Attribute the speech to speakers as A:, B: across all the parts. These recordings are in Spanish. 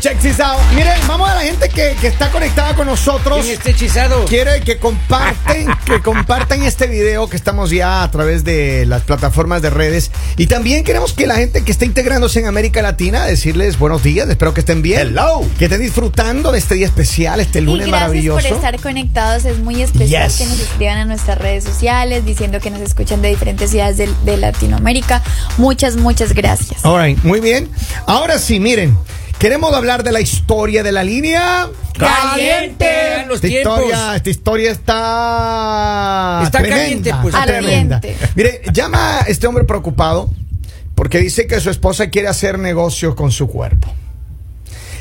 A: Check this out. Miren, vamos a la gente que, que está conectada con nosotros.
B: ¿Quién está hechizado?
A: Quiere que comparten, que compartan este video que estamos ya a través de las plataformas de redes. Y también queremos que la gente que está integrándose en América Latina decirles buenos días, espero que estén bien.
B: Hello.
A: Que estén disfrutando de este día especial, este
C: Y
A: lunes
C: gracias
A: maravilloso.
C: por estar conectados. Es muy especial
A: Yes.
C: que nos escriban a nuestras redes sociales diciendo que nos escuchan de diferentes ciudades del- de, Latinoamérica. Muchas, muchas gracias.
A: All right, muy bien. Ahora sí, miren, queremos hablar de la historia de la línea.
B: ¡Caliente! Vean los
A: Esta historia,
B: tiempos.
A: esta historia está.
B: Está
A: tremenda,
B: caliente, pues.
A: está tremenda.
C: Ardiente.
A: Mire, llama a este hombre preocupado porque dice que su esposa quiere hacer negocios con su cuerpo.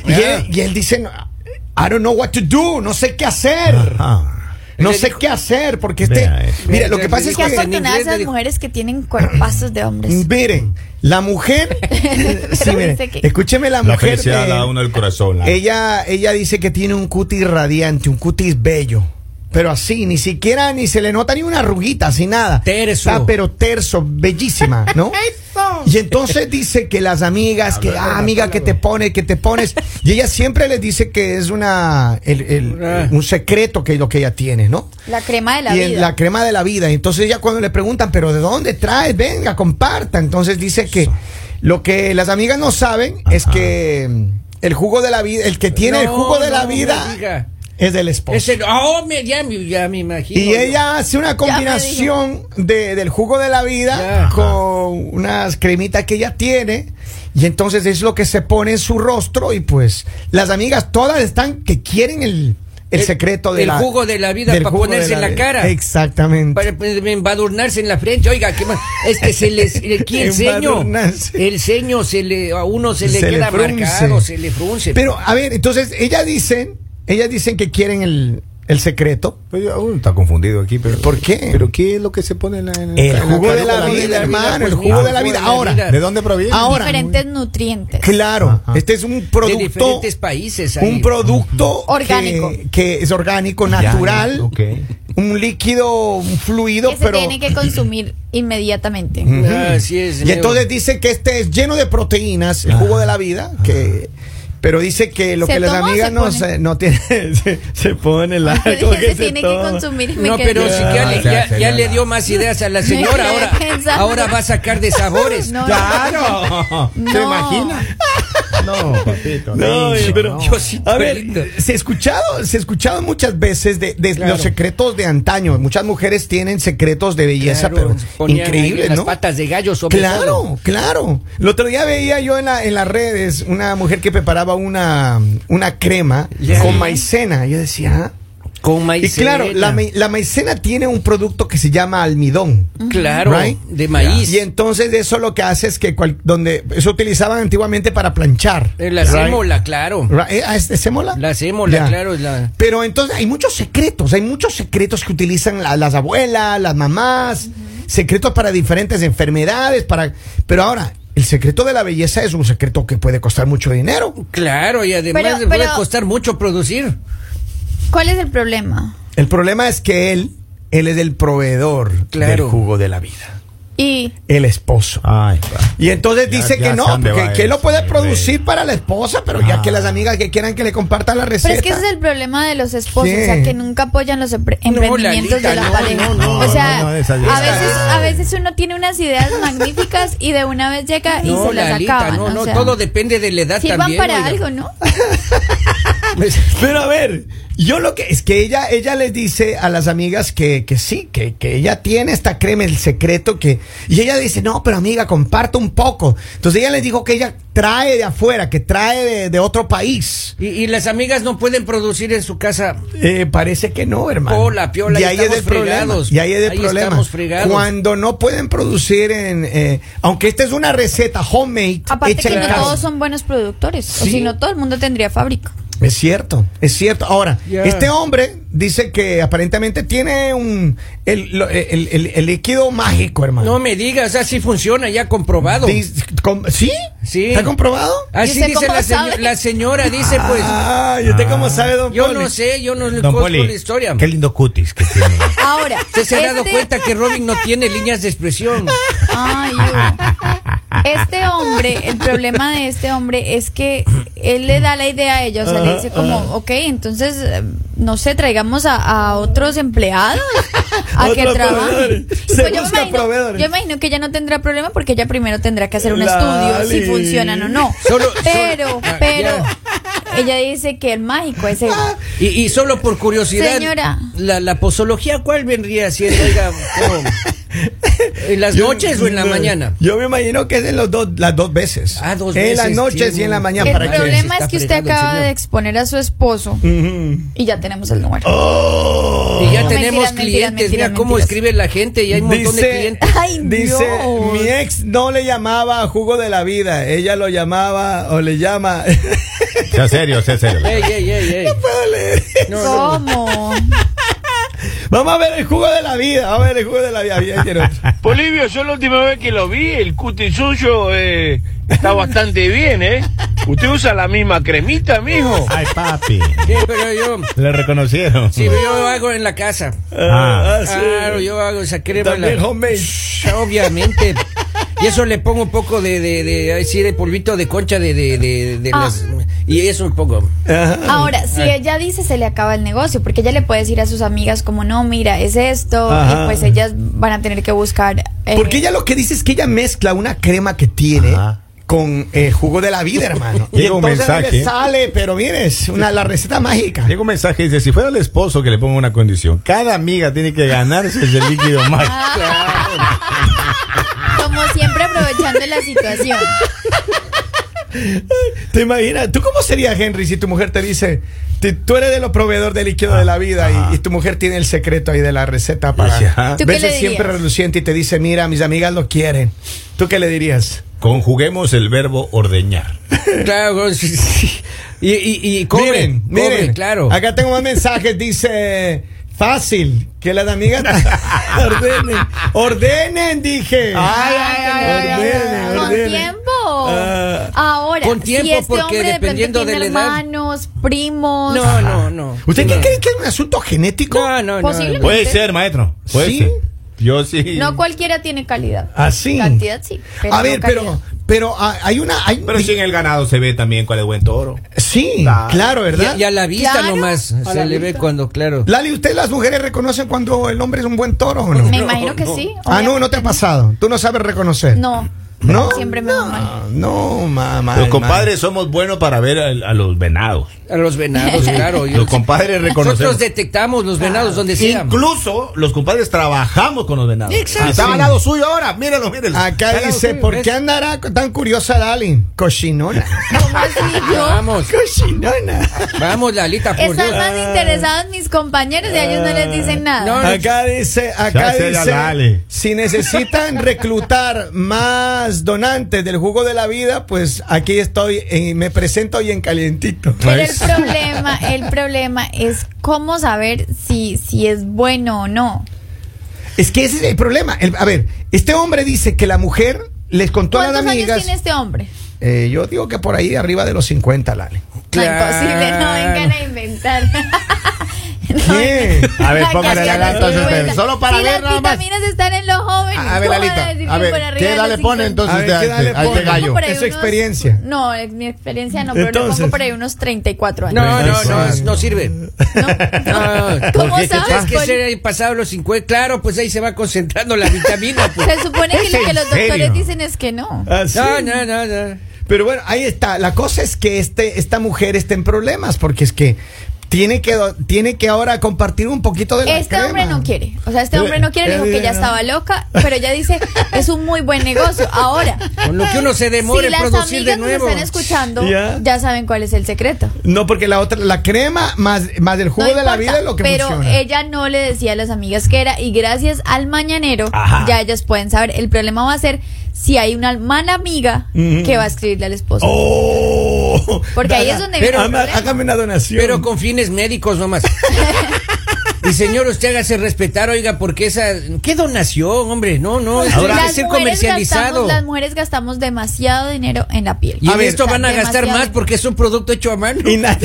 A: Y,
B: Yeah.
A: él, y él dice: "No, I don't know what to do, no sé qué hacer. No
B: Le
A: sé
B: dijo-
A: qué hacer porque este.
D: Vea eso.
A: Mira, lo
B: Le-
A: que
B: le
A: pasa es
B: dijo
C: Qué
A: que.
B: en inglés
C: afortunadas
B: le
C: las
B: dijo-
C: mujeres que tienen cuerpazos de hombres.
A: Miren, la mujer. eh, sí,
C: Pero
A: miren,
C: dice que-
A: escúcheme, la,
D: La
A: mujer.
D: felicidad
A: de-
D: la da uno el corazón. la-
A: ella, ella dice que tiene un cutis radiante, un cutis bello. Pero así, ni siquiera ni se le nota ni una arruguita, así nada.
B: Terso.
A: Está pero terso, bellísima, ¿no? y entonces dice que las amigas, que ah, amiga que te pones, que te pones. Y ella siempre les dice que es una el-
D: Ah.
A: el- un secreto que es lo que ella tiene, ¿no?
C: La crema de la
A: y en
C: vida.
A: la crema de la vida. Entonces ella cuando le preguntan, pero ¿de dónde traes? Venga, comparta. Entonces dice que lo que las amigas no saben es
D: Ajá.
A: que mm, el jugo de la vida, el que tiene el
B: No,
A: jugo de la
B: no me
A: vida
B: diga.
A: es del esposo.
B: Ese, oh, me, ya, me- ya me imagino.
A: Pues y
B: yo.
A: ella hace una combinación de, del jugo de la vida
B: Ya.
A: con unas cremitas que ella tiene. Y entonces es lo que se pone en su rostro. Y pues las amigas todas están que quieren el, el,
B: El-
A: secreto de
B: el
A: la-
B: jugo de la vida
A: del
B: pa'
A: jugo de
B: ponerse en la
A: vida.
B: cara.
A: Exactamente.
B: Para pues, embadurnarse en la frente. Oiga, ¿qué más? Es que se les. Aquí el ceño.
A: Embadurnarse.
B: El ceño se le, a uno se le
A: Se le
B: queda
A: frunce.
B: marcado, se le frunce.
A: Pero, a ver, entonces, ellas dicen, ellas dicen que quieren el, el secreto.
D: Pero yo- uno está confundido aquí. Pero,
A: ¿Por qué?
D: ¿Pero qué es lo que se pone en la. en
A: El
D: en
A: jugo
D: cara
A: de la vida, hermano, el
B: pues,
A: jugo de la vida. Ahora,
D: ¿De dónde proviene?
A: Ahora.
C: diferentes nutrientes.
A: claro,
D: Ajá.
A: este es un
B: de
A: producto,
B: diferentes países. ahí.
A: un producto
C: Ujú. Orgánico.
A: que, que es orgánico, natural,
D: Ya, ok.
A: un líquido, un fluido,
C: que se
A: pero Mm.
C: tiene que consumir inmediatamente.
A: Ujú.
B: Así es,
A: Y
B: Leo.
A: entonces dice que este es lleno de proteínas, el jugo de la vida, que pero dice que lo
C: ¿Se
A: que las
C: toma o
A: amigas
C: se
A: no
C: pone?
A: se, no tiene se, se pone la
C: Yo dije,
A: como que se
C: se tiene
A: toma.
C: que consumir
B: No,
C: me quedé-
B: pero si Ah, ya, le,
D: Ya,
B: ya-
D: ya,
B: ya
D: ya.
B: le dio más ideas a la señora.
C: Me quedé
B: Ahora,
C: pensando.
B: ahora va a sacar de sabores.
C: No,
D: ¡Claro!
C: No.
D: Ah, ¿Se imagina? No, papito.
A: No,
D: lindo,
A: pero
D: no.
B: Yo sí,
A: a ver,
B: lindo.
A: se ha escuchado, se ha escuchado muchas veces de, de
B: Claro.
A: los secretos de antaño. Muchas mujeres tienen secretos de belleza,
B: Claro,
A: pero
B: ponían ahí
A: increíbles,
B: Las
A: ¿no?
B: patas de gallo sobre todo.
A: Claro, claro. El otro día veía yo en, la- en las redes una mujer que preparaba una, una crema
B: Ya.
A: con maicena. Yo decía, ah.
B: Con maíz.
A: y claro, la, mai- la maicena tiene un producto que se llama almidón.
B: Claro,
A: Right?
B: de maíz.
A: Y entonces eso lo que hace es que cual- donde eso utilizaban antiguamente para planchar.
B: Eh, La
A: Right.
B: sémola, claro.
A: Ra- eh, ah, ¿Es de sémola?
B: La sémola,
A: Ya.
B: claro. es la-
A: Pero entonces hay muchos secretos, hay muchos secretos que utilizan la- las abuelas, las mamás, secretos para diferentes enfermedades, para... Pero ahora, el secreto de la belleza es un secreto que puede costar mucho dinero.
B: Claro, y además
C: Pero-
B: le puede
C: pero-
B: costar mucho producir.
C: ¿Cuál es el problema?
A: El problema es que él, él es el proveedor
B: Claro.
A: del jugo de la vida,
C: Y
A: el esposo.
D: Ay, pa-
A: Y entonces
D: Ya-
A: dice
D: ya
A: que
D: sé
A: no,
D: dónde
A: porque
D: va
A: que él lo
D: eso,
A: puede
D: mi
A: producir
D: rey.
A: para la esposa, pero ya
D: Ah.
A: que las amigas que quieran que le compartan la receta.
C: Pero es que ese es el problema de los esposos,
A: ¿Qué?
C: o sea, que nunca apoyan los empre-
B: No,
C: emprendimientos
B: Lalita,
C: de la
B: no,
C: pareja.
B: no, no,
C: o sea,
D: no, no, esa-
C: a,
D: esa-
C: veces, a veces uno tiene unas ideas magníficas y de una vez llega y
B: No,
C: se las
B: Lalita,
C: acaban.
B: no,
C: o
B: no,
C: sea,
B: todo depende de la edad
C: sirvan
B: también.
C: para
B: oiga.
C: algo, ¿no?
A: Pues, Pero a ver, yo lo que es que ella, ella les dice a las amigas que, que sí, que, que ella tiene esta crema, el secreto que. Y ella dice, no, pero amiga, comparto un poco. Entonces ella les dijo que ella trae de afuera, que trae de, de otro país.
B: Y, y las amigas no pueden producir en su casa.
A: Eh, parece que no, hermano.
B: Hola, piola,
A: y
B: ahí
A: ahí es el
B: estamos
A: problema.
B: fregados.
A: Y ahí es el
B: Ahí
A: problema.
B: estamos fregados.
A: Cuando no pueden producir en. eh, aunque esta es una receta homemade,
C: Aparte
A: hecha
C: que
A: en
C: no
A: casa.
C: todos son buenos productores,
A: Sí.
C: o si no todo el mundo tendría fábrica.
A: Es cierto, es cierto. Ahora,
B: Ya.
A: este hombre dice que aparentemente tiene un el, lo- el- el- el líquido mágico, hermano.
B: No me digas, así funciona, ya comprobado.
A: Dis- com- ¿Sí?
B: Sí.
A: ¿Está comprobado?
C: ¿Y
B: Así
C: usted
B: dice
C: cómo
B: la, seño-
C: sabe?
B: la señora, dice pues.
A: Ah, ¿y usted cómo sabe, don
B: Yo
A: Poli?
B: no sé, yo no le
D: Don
B: conozco
D: Poli,
B: la historia.
D: qué lindo cutis que tiene.
C: Ahora,
B: Usted se ha dado
C: este-
B: cuenta que Robin no tiene líneas de expresión.
C: Ay, Hugo. este hombre, el problema de este hombre es que él le da la idea a ella, o sea, le dice como, ok, entonces, eh, no sé, traigamos a, a otros empleados a que
A: Otros
C: trabajen.
A: proveedores.
C: Pues
A: Se
C: yo, me
A: busca
C: imagino,
A: proveedores.
C: yo imagino que ella no tendrá problema porque ella primero tendrá que hacer un estudio si
A: Lali.
C: funcionan o no.
B: Solo-
C: pero,
B: solo- ah,
C: pero,
B: ya.
C: ella dice que el mágico es él.
B: Y, y solo por curiosidad,
C: Señora.
B: La, la posología, ¿cuál vendría siendo? Oiga, ¿cómo? ¿En las
A: Yo-
B: noches o en la
A: no,
B: mañana?
A: Yo me imagino que es en los dos, las dos veces.
B: Ah, dos
A: en las
B: veces,
A: noches
B: sí,
A: y en la
B: muy-
A: mañana.
B: Ya,
C: El
A: ¿para qué?
C: problema
B: Se
C: es
B: está
C: que usted
B: fregando el
C: acaba
B: señor.
C: de exponer a su esposo y ya tenemos el número.
A: Oh.
B: Y ya
C: No,
B: tenemos
C: mentiras,
B: clientes,
C: mentiras,
B: mira
C: mentiras,
B: cómo
C: mentiras.
B: escribe la gente y hay un montón de clientes.
C: Ay,
A: dice,
C: Dios.
A: mi ex no le llamaba jugo de la vida, ella lo llamaba o le llama.
D: Sea serio, sea serio.
B: Ey, ey, ey, ey.
A: Puedo leer.
B: No, no.
C: ¿Cómo?
A: Vamos a ver el jugo de la vida, vamos a ver el jugo de la vida. Ahí tiene otro.
E: Polivio, yo la última vez que lo vi, el cuti suyo eh, está bastante bien, ¿eh? ¿Usted usa la misma cremita, mijo?
D: Ay, papi.
B: Sí, pero yo,
D: Le reconocieron.
B: sí, pero yo hago en la casa.
D: Ah.
A: Ah, sí.
B: Claro, yo hago esa crema. en la-
A: También homemade.
B: Obviamente. Y eso le pongo un poco de, de, de, ay, sí, de polvito de concha de, de, de, de
C: Ah.
B: las- Y eso un poco.
A: Ajá.
C: Ahora, si
A: Eh.
C: ella dice, se le acaba el negocio, porque ella le puede decir a sus amigas como, no, mira, es esto,
A: Ajá.
C: y pues ellas van a tener que buscar... eh,
A: Porque ella lo que dice es que ella mezcla una crema que tiene
D: Ajá.
A: con eh, jugo de la vida, hermano.
D: Llega un
A: entonces a ella
D: mensaje.
A: le sale, pero mires, una, la receta mágica.
D: Llega un mensaje y dice, si fuera el esposo que le ponga una condición, cada amiga tiene que ganarse ese líquido
A: Ah.
D: más.
C: Como siempre aprovechando la situación.
A: ¿Te imaginas? ¿Tú cómo serías, Henry, si tu mujer te dice, "Te- tú eres de los proveedores del líquido de
B: Ah,
A: la vida y, y tu mujer tiene el secreto ahí de la receta para...
D: Sí, ajá.
C: ¿Tú qué
A: verse
C: le dirías?
A: siempre reluciente y te dice, mira, mis amigas lo quieren. ¿Tú qué le dirías?
D: Conjuguemos el verbo ordeñar.
B: Claro, sí, sí. Y, y, y cobren,
A: miren,
B: cobren, claro.
A: Acá tengo más mensajes, dice... Fácil, que las amigas ordenen. Ordenen, dije. Ordenen,
C: Con
A: ordenen.
C: tiempo.
A: Ah.
C: Ahora,
B: Con tiempo,
C: si este
B: porque
C: hombre de
B: dependiendo
C: pronto
B: de
C: tiene
B: la edad-
C: hermanos, primos...
B: No, no, no.
A: ¿Usted qué
B: No.
A: cree que es un asunto genético?
B: No, no, no.
C: Posible.
D: Puede ser, maestro. Puede
A: ¿Sí?
D: ser. Yo sí.
C: No cualquiera tiene calidad.
A: Así.
C: Cantidad sí. pero
A: Ah, a
C: no
A: ver,
C: calidad.
A: pero, pero ah, hay una. Hay,
D: Pero si en el ganado se ve también cuál es buen toro.
A: Sí,
D: Claro.
A: claro,
B: Y, a-
A: ¿verdad?
B: y a la vista
C: Claro,
B: nomás.
C: a
B: Se
C: la
B: le ve
C: vista.
B: cuando, claro.
A: Lali, ¿usted las mujeres reconocen cuando el hombre es un buen toro o no?
C: Me imagino que sí.
A: ah, no, no
C: obviamente.
A: te ha pasado. Tú no sabes reconocer.
C: No.
A: ¿No?
C: Siempre me va mal.
A: no, no, mamá. mamá.
D: Los compadres somos buenos para ver a, a los venados.
B: A los venados, claro. yo-
D: Los compadres
B: Nosotros
D: reconocemos.
B: detectamos los venados donde sea.
D: Incluso los compadres trabajamos con los venados.
B: Exacto.
D: Y Está al lado suyo ahora. Míralo, míralo.
A: Acá
B: Claro,
A: dice,
B: sí,
A: ¿por
B: ves.
A: qué andará tan curiosa Lali? Cochinona.
C: ¿Cómo así
A: Ah,
C: yo?
B: Vamos,
A: Cochinona.
B: vamos, Lalita, por
C: Están
B: Dios.
C: más
A: ah.
C: interesados mis compañeros y a ellos no les dicen
B: No,
C: nada.
A: Acá dice, acá
D: Ya sé la
A: dice,
D: Lali.
A: si necesitan reclutar más donantes del jugo de la vida, pues aquí estoy, eh, me presento hoy en calientito. Pues,
C: Pero
D: Pues.
C: el problema, el problema es cómo saber si, si es bueno o no.
A: Es que ese es el problema. El- a ver, este hombre dice que la mujer les contó a las
C: ¿Cuántos años
A: amigas.
C: tiene este hombre?
A: Eh, yo digo que por ahí arriba de los 50, Lali.
C: No,
B: Claro.
C: imposible, no vengan a inventar.
A: ¿Qué?
D: A ver,
C: La
D: póngale
C: casi
D: la
C: a
D: edad,
C: los
D: entonces,
C: 50.
D: pero solo para
C: si
D: ver
C: las
D: nada más.
C: vitaminas están en los jóvenes.
D: A- a ver,
C: ¿cómo van
D: Lalita,
C: decir
D: a
C: que
D: ver,
C: por arriba
D: ¿qué
C: de
D: edad
C: los
D: le pone
C: 50?
D: entonces
A: A ver,
D: usted
A: ¿qué edad le
D: a- a este
A: pone?
D: gallo?
C: por ahí
A: Es su experiencia.
C: No, es mi experiencia no, pero le
A: Entonces.
C: pongo por ahí unos 34 años.
B: No, no, no,
A: Exacto.
B: no sirve. No.
C: ¿Cómo
D: ¿Por qué? ¿Qué
C: sabes?
B: Es que
C: Poli?
B: se ha pasado los 50. Claro, pues ahí se va concentrando la vitamina. Pues.
C: Se supone que
D: ¿Es
C: lo que
D: en
C: los doctores
D: serio?
C: dicen es que no.
A: Así.
B: No, no, no, no.
A: Pero bueno, ahí está. La cosa es que este, esta mujer está en problemas porque es que tiene que, do- tiene que ahora compartir un poquito de Pues la
C: Este hombre
A: crema.
C: no quiere. O sea, este hombre no quiere. Dijo que ya estaba loca, pero ella dice, es un muy buen negocio. Ahora,
B: Con lo que uno se demora
C: si
B: en
C: las
B: producir de
C: amigas nos
B: nuevo.
C: están escuchando,
A: Ya.
C: ya saben cuál es el secreto.
A: No, porque la otra, la crema más, más el
C: No
A: jugo de la
C: importa,
A: vida es lo que
C: pero
A: funciona.
C: ella no le decía a las amigas que era y gracias al mañanero
D: Ajá.
C: ya ellas pueden saber. El problema va a ser si hay una mala amiga que va a escribirle al esposo.
A: ¡Oh!
C: Porque ahí es donde viene
B: pero-
C: el
A: Ama-
C: problema.
A: hágame una donación.
B: Pero con fines médicos nomás. Y señor, usted hágase respetar, oiga, porque esa. ¿Qué donación, hombre? No, no, esto
D: Ahora-
B: tiene que
C: Pues las,
B: ser
C: mujeres
B: comercializado.
C: gastamos, las mujeres gastamos demasiado dinero en la piel.
B: Y
A: A
B: en
A: ver,
B: esto van a gastar
C: demasiado
B: más
C: dinero.
B: porque es un producto hecho a mano.
A: Y na-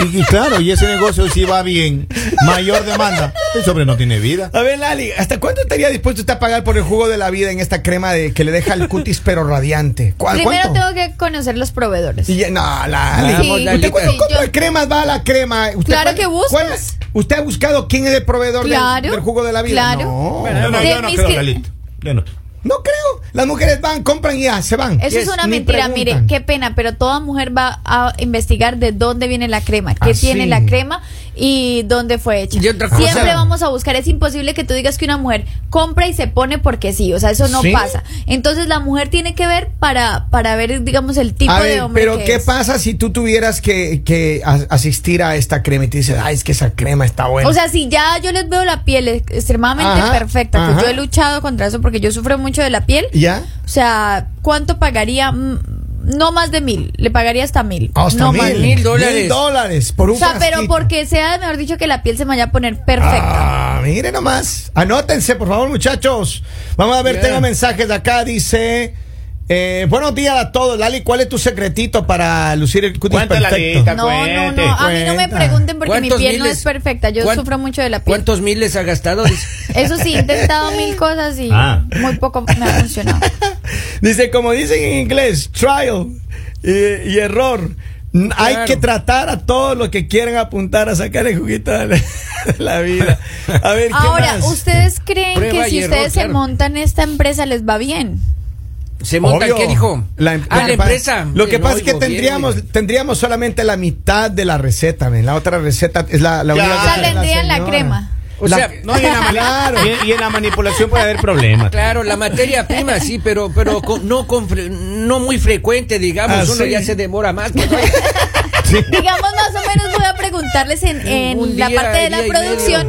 D: Y, y claro, y ese negocio sí va bien. Mayor demanda. El sobre no tiene vida.
A: A ver, Lali, ¿hasta cuánto estaría dispuesto usted a pagar por el jugo de la vida en esta crema de que le deja el cutis pero radiante? ¿Cuá-
C: Primero
A: ¿Cuánto?
C: tengo que conocer los proveedores.
A: Y ya- no, Lali.
C: Sí.
A: ¿Usted cuando
B: Sí,
C: yo-
A: compra cremas va a la crema? ¿Usted
C: Claro que buscas.
A: ¿Usted ha buscado quién es el proveedor del-
C: Claro,
A: del, jugo de la vida?
C: claro.
A: No.
B: Bueno,
D: Yo no,
C: De
D: yo no
C: mis
D: creo,
C: cri-
D: Lalito. Yo no.
A: No creo. Las mujeres van, compran y ya, se van.
C: Eso es
B: Yes,
C: una
A: ni
C: mentira,
A: preguntan.
C: mire, qué pena, pero toda mujer va a investigar de dónde viene la crema, qué
A: Ah,
C: tiene
A: sí.
C: la crema y dónde fue hecha.
B: Y otra cosa.
C: Siempre vamos a buscar, es imposible que tú digas que una mujer compra y se pone porque sí, o sea, eso no
A: ¿Sí?
C: pasa. Entonces la mujer tiene que ver para, para ver, digamos, el tipo
A: A
C: de
A: ver,
C: hombre.
A: pero
C: que
A: ¿qué
C: es.
A: pasa si tú tuvieras que, que as- asistir a esta crema y te dices, ay, es que esa crema está buena?
C: O sea, si ya yo les veo la piel ex- extremadamente
A: Ajá,
C: perfecta, que
A: ajá.
C: yo he luchado contra eso porque yo sufro mucho de la piel.
A: ¿ya?
C: O sea, ¿cuánto pagaría? Mm, No más de mil, le pagaría hasta mil.
A: Hasta
C: no
A: Ah, mil,
C: más de
B: Ah, mil dólares.
A: Mil dólares por un
C: O sea, pero
A: frasquito.
C: porque sea, mejor dicho, que la piel se me vaya a poner perfecta.
A: Ah, mire nomás. Anótense, por favor, muchachos. Vamos a ver,
B: Ya.
A: tengo mensajes de acá. Dice: eh, Buenos días a todos. Lali, ¿cuál es tu secretito para lucir el cutis
D: Cuenta,
A: perfecto?
D: Lalita.
C: no, no,
D: cuente,
C: no. A mí no me
A: cuenta.
C: pregunten porque mi
B: ¿Cuántos
C: piel no
B: miles-
C: es perfecta. Yo
B: cuán-
C: sufro mucho de la piel.
B: ¿Cuántos miles ha gastado? Dice.
C: Eso sí, he intentado mil cosas y
D: Ah.
C: muy poco me ha funcionado.
A: Dice, como dicen en inglés, trial eh, y, error. N- Hay
B: Claro.
A: que tratar a todos los que quieren apuntar a sacar el juguito de la, de la vida. A ver, ¿qué
C: Ahora,
A: más?
C: ¿ustedes creen
B: Prueba
C: que
B: y
C: si
B: error,
C: ustedes se
B: claro.
C: montan esta empresa les va bien?
B: ¿Se monta
A: Obvio.
B: qué dijo?
A: La em-
B: ah,
A: lo
B: la
A: que pasa-
B: empresa.
A: Lo que
B: No,
A: pasa es que
B: el gobierno.
A: tendríamos, tendríamos solamente la mitad de la receta, ¿ven? La otra receta es la, la única
D: Claro.
A: que
D: O sea,
A: tiene
C: vendrían la
A: señora.
C: crema.
B: O
A: La-
B: sea,
D: No, y en, la,
A: Claro.
D: y en- y en la manipulación puede haber problemas.
B: Claro, la materia prima sí, pero pero con- no con fre- no muy frecuente, digamos,
A: Ah,
B: uno
A: sí.
B: ya se demora más. pues, no,
C: Digamos más o menos voy a preguntarles en, en
B: Un
C: la
B: día,
C: parte de la
B: día y
C: producción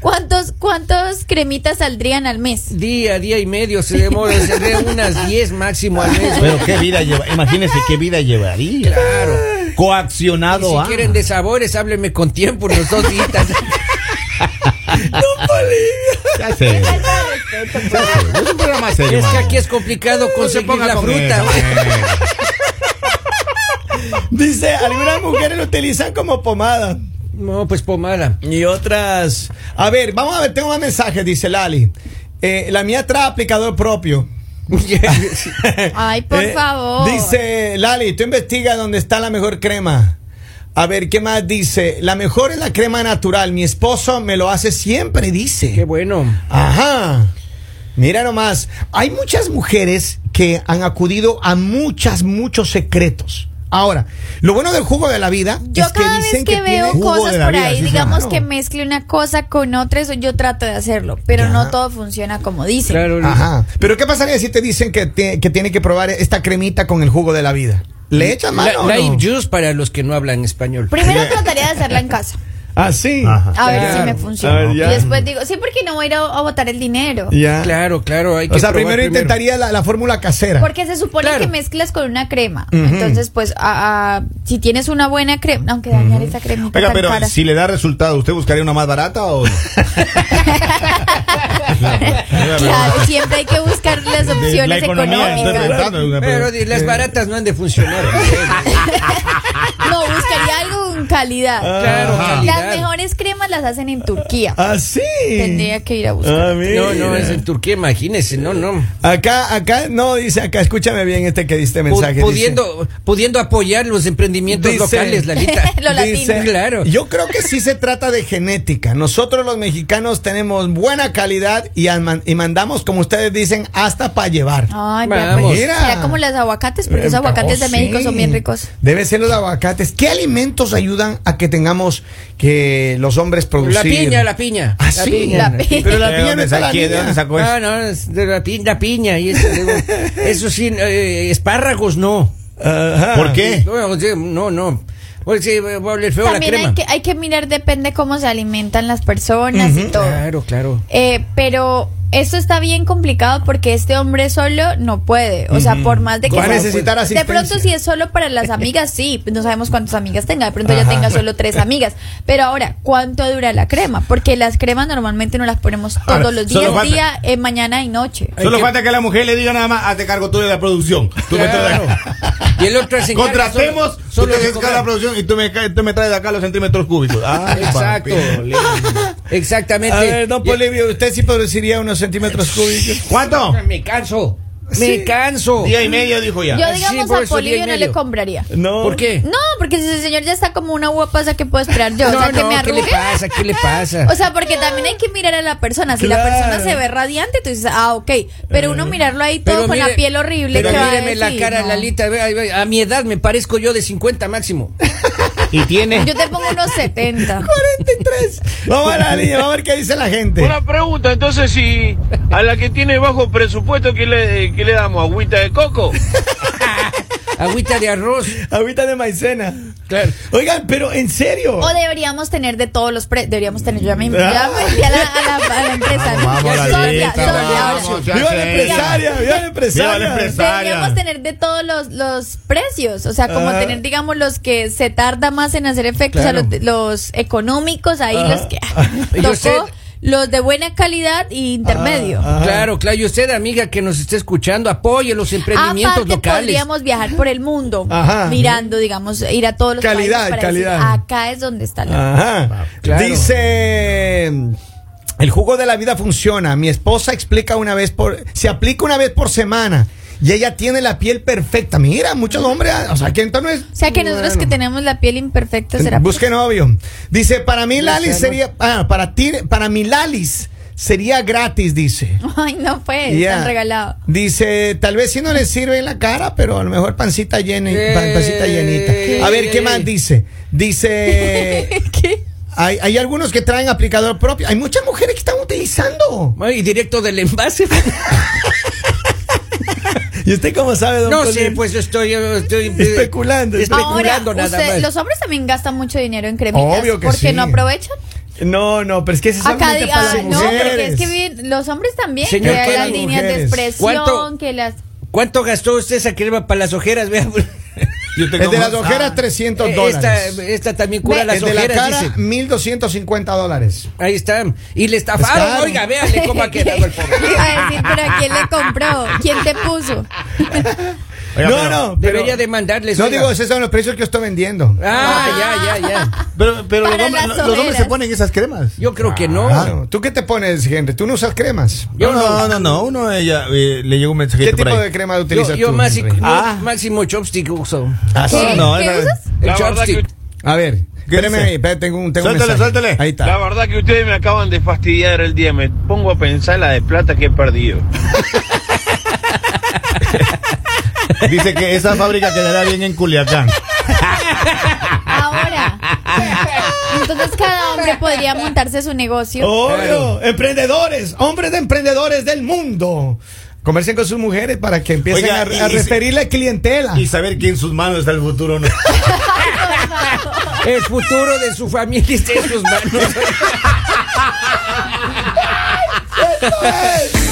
C: cuántos cuántos cremitas saldrían al mes.
B: día, día y medio se demora, se ve unas 10 máximo al mes.
D: Pero qué vida lleva. Imagínense qué vida llevaría.
B: Claro. Y
D: Coaccionado
B: si
D: a.
B: quieren de sabores, háblenme con tiempo los dos días.
D: Ya sé. Ya sé. Es un programa serio.
B: es que
D: mano.
B: aquí es complicado
D: No se
B: conseguir
D: ponga
B: la
D: con
B: fruta.
D: eso, eh.
A: Dice, algunas mujeres lo utilizan como pomada.
B: No, pues pomada.
A: Y otras. A ver, vamos a ver, tengo más mensajes, dice Lali. Eh, la mía trae aplicador propio.
C: Ay, por
A: Eh,
C: favor.
A: Dice Lali, tú investiga dónde está la mejor crema. A ver, ¿qué más dice? La mejor es la crema natural. Mi esposo me lo hace siempre, dice.
B: Qué bueno.
A: Ajá. Mira nomás, hay muchas mujeres que han acudido a muchas, muchos secretos. Ahora, lo bueno del jugo de la vida
C: Yo
A: es que
C: cada vez
A: dicen
C: que,
A: tiene
C: veo
A: jugo
C: cosas
A: de la
C: por
A: vida,
C: ahí,
A: sí,
C: digamos
A: claro.
C: que mezcle una cosa con otra, eso yo trato de hacerlo, pero
A: Ya.
C: no todo funciona como dicen.
B: Claro.
A: Ajá. Pero ¿qué pasaría si te dicen que, te- que tiene que probar esta cremita con el jugo de la vida? ¿Le echas
B: La-
A: mano? o
B: live
A: no?
B: juice para los que no hablan español.
C: Primero trataría de hacerla en casa,
A: Ah, sí.
D: Ajá.
C: a ver
B: Claro.
C: si me
D: A
C: funciona.
D: ver,
C: Y
D: ya.
C: después digo, sí, porque no voy a ir a, a botar el dinero.
A: Ya.
B: Claro, claro, hay que
A: O sea,
B: probar
A: primero, intentaría la, la fórmula casera.
C: Porque se supone
B: Claro.
C: que mezclas con una crema.
A: Ujú.
C: Entonces, pues, a- a- si tienes una buena crema, aunque dañar esa cremita
D: Oiga,
C: tan
D: pero
C: cara.
D: si le da resultado, ¿usted buscaría una más barata o no?
C: claro, siempre hay que buscar las opciones
D: La economía está
C: económicas.
D: rentando. una
B: Pero eh,
D: pregunta.
B: di-
A: eh.
B: las baratas no han de funcionar.
C: No, buscaría algo con calidad.
B: Claro,
D: Ajá.
B: calidad.
C: Las mejores cremas las hacen en Turquía.
A: Ah, sí.
C: Tendría que ir a buscar.
A: Ah, mira.
B: No, no, es en Turquía, imagínese, no, no.
A: Acá, acá, no, dice acá, escúchame bien este que diste
B: Pu-
A: mensaje. dice-
B: pudiendo, pudiendo apoyar los emprendimientos
A: Dice-
B: locales, Lalita.
C: Lo latino.
A: Dice,
B: claro.
A: Yo creo que sí se trata de genética. Nosotros los mexicanos tenemos buena calidad y, alman- y mandamos, como ustedes dicen, hasta para llevar.
C: Ay, vea,
B: Vamos.
C: pues,
A: Mira.
C: será como los aguacates, porque los
A: Eh,
C: aguacates
A: oh,
C: de México
A: sí.
C: son bien ricos.
A: Deben ser los aguacates. ¿Qué alimentos ayudan a que tengamos que los hombres producir?
B: La piña, la piña.
A: Ah,
B: la
A: sí.
B: piña.
C: La piña.
A: Pero la
D: ¿De
A: piña no
D: dónde
A: está
D: sa-
A: la
D: quién- de
A: niña.
D: dónde sacó eso?
B: Ah, no, es de la, pi- la piña. Y eso, digo, eso sí, eh, espárragos no.
A: Ajá.
D: ¿Por qué?
B: No, o sea, no. no. Porque sí, va a oler feo la
C: También
B: crema.
C: hay que, hay que mirar, depende cómo se alimentan las personas y todo.
B: Claro, claro.
C: Eh, pero esto está bien complicado porque este hombre solo no puede. O sea, por más de que.
A: Va a
C: sea-
A: necesitar
C: De pronto,
A: asistencia.
C: si es solo para las amigas, sí. No sabemos cuántas amigas tenga. De pronto
A: Ajá.
C: ya tenga solo tres amigas. Pero ahora, ¿cuánto dura la crema? Porque las cremas normalmente no las ponemos todos
D: Ahora,
C: los
D: solo
C: días,
D: falta-
C: día, eh, mañana y noche.
D: Solo
B: que-
D: falta que la mujer le diga nada más, hazte cargo tú de la producción. Tú me traes
B: Claro.
D: acá.
B: Y el otro se encarga
D: Contratemos,
B: solo-
D: solo,
B: solo de
D: te haces cargo de la
B: cobrar.
D: producción y tú me, ca- tú me traes acá los centímetros cúbicos. Ah, Ay,
B: Exacto.
D: papi.
B: le- Exactamente.
A: Ah, A ver, don
B: Y-
A: Polibio, usted sí produciría unos centímetros cúbicos.
D: ¿Cuánto?
B: Me canso. Me
A: Sí.
B: canso.
D: Día y medio dijo ya.
C: Yo,
B: Sí,
C: digamos,
B: por
C: a
B: eso, día
C: Polivio
B: y
C: no le
B: medio.
C: compraría.
A: No.
B: ¿Por qué?
C: No, porque ese señor ya está como una guapa, o sea, que puedo esperar yo? o sea, que me
B: ¿qué
C: arrugue.
B: le pasa? ¿Qué le pasa?
C: O sea, porque también hay que mirar a la persona. Si la
A: Claro.
C: persona se ve radiante, tú dices, ah, ok. Pero uno mirarlo ahí todo con
B: mire-
C: la piel horrible.
B: Pero
C: que va a
B: míreme la
C: decir,
B: cara,
C: no.
B: Lalita. ve, ahí ve, A mi edad me parezco yo de 50 máximo.
D: Y tiene.
C: Yo te pongo unos 70.
A: Vamos a la línea, vamos a ver qué dice la gente.
E: Una pregunta, entonces si a la que tiene bajo presupuesto, ¿qué le, qué le damos? ¿Agüita de coco?
B: Agüita de arroz.
A: Ahorita de maicena.
B: Claro.
A: Oigan, pero en serio.
C: O deberíamos tener de todos los precios. Deberíamos tener. Yo ya me ya me metí a la, a la- a la empresa.
D: Ah, Vamos, vamos,
C: Sonia,
D: Lalita,
C: Sonia, ahora.
D: vamos.
A: ¡Viva la empresaria! ¡Viva la empresaria!
D: Viva la empresa-
C: Deberíamos tener de todos los, los precios, o sea, como
A: Ah.
C: tener, digamos, los que se tarda más en hacer efectos, o sea, los, los económicos, ahí los que
B: Yo
C: tocó,
B: sé-
C: los de buena calidad y intermedio.
A: Ah,
B: Claro, claro. Y usted, amiga que nos está escuchando, apoye los emprendimientos
C: Aparte
B: locales.
C: podríamos viajar por el mundo
A: Ajá.
C: mirando, digamos, ir a todos los
A: Calidad,
C: países para decir,
A: calidad. Ah.
C: acá es donde está la
A: Ajá.
B: Claro.
A: Dice. El jugo de la vida funciona. Mi esposa explica una vez por. Se aplica una vez por semana. Y ella tiene la piel perfecta. Mira, muchos hombres. O sea, que entonces.
C: O sea que nosotros que tenemos la piel imperfecta será
A: Busque novio. Dice, para mí
B: No sé,
A: Lalis
B: no.
A: sería. Ah, para ti, para mi Lalis sería gratis, dice.
C: Ay, no pues,
A: Ya.
C: tan regalado.
A: Dice, tal vez si no le sirve en la cara, pero a lo mejor pancita llena,
B: Eh,
A: pan- pancita llenita. A ver, ¿qué
B: eh.
A: más dice? Dice,
C: ¿Qué?
A: hay, hay algunos que traen aplicador propio. Hay muchas mujeres que están utilizando.
B: Ay, Y directo del envase.
A: ¿Y usted cómo sabe, don
B: No
A: Poli?
B: sé, pues yo estoy, yo estoy eh,
A: Especulando,
C: Ahora,
B: especulando nada
C: usted-
B: más.
C: los hombres también gastan mucho dinero en cremitas
A: Obvio que
C: porque
A: sí.
C: no aprovechan.
A: No, no, pero es que se
C: Acá
A: solamente
C: diga,
A: para las
C: no, porque es que
A: mujeres.
C: bien, los hombres también,
B: Señor,
C: que hay
B: ¿cuál-
C: las líneas de
A: mujeres?
C: expresión,
B: ¿Cuánto?
C: que las
B: ¿Cuánto gastó usted esa crema para las ojeras? Vea. pues,
D: Yo te
A: El de
D: como-
A: las ojeras,
D: Ah.
A: 300
B: eh, Esta,
A: dólares.
B: esta también cura
C: Ve,
B: las
A: el de la
B: ojeras,
A: cara,
B: dice.
A: 1250 dólares.
B: Ahí están. Y le
A: Es
B: estafaron,
A: caro.
B: oiga, véale cómo ha quedado el pobre.
C: a decir, pero ¿a quién le compró? ¿Quién te puso?
D: Oiga,
A: no,
D: pero-
A: no, pero-
B: Debería demandarles.
A: No
B: oiga.
A: digo, esos son los precios que yo estoy vendiendo.
B: Ah, ya, ya, ya.
D: Pero, pero los,
C: Para
D: hombres,
C: las
D: los hombres
C: ojeras.
D: se ponen esas cremas.
B: Yo creo que no.
A: Claro. ¿Tú qué te pones, Henry? ¿Tú no usas cremas?
B: Yo no.
D: no, no, no, uno ella eh, le llegó un
A: ¿Qué
D: mensajito por
A: tipo
D: ahí.
A: de crema
B: Yo,
A: utilizas
B: yo
A: tú?
B: más-
A: Henry?
D: Ah.
B: máximo chopstick uso.
D: Ah, sí,
C: ¿Qué?
D: no,
C: ¿Qué
D: era-
C: usas?
B: El
E: La verdad
B: chopstick.
E: que-
A: A ver, espérame
D: dice?
A: ahí, espérate, tengo un, tengo un
D: Suéltale,
A: mensaje.
D: suéltale.
A: Ahí está.
E: La verdad que ustedes me acaban de fastidiar el día. Me pongo a pensar la de plata que he perdido.
D: Dice que esa fábrica quedará bien en Culiacán.
C: Ahora. Entonces cada hombre podría montarse su negocio.
A: Obvio,
B: Claro.
A: emprendedores, hombres de emprendedores del mundo. Conversen con sus mujeres para que empiecen
D: Oiga,
A: a,
D: y-
A: a
D: y si-
A: referirle a clientela.
D: Y saber que en sus manos está el futuro. ¿no?
B: El futuro de su familia está en sus manos.
A: ¡Eso es!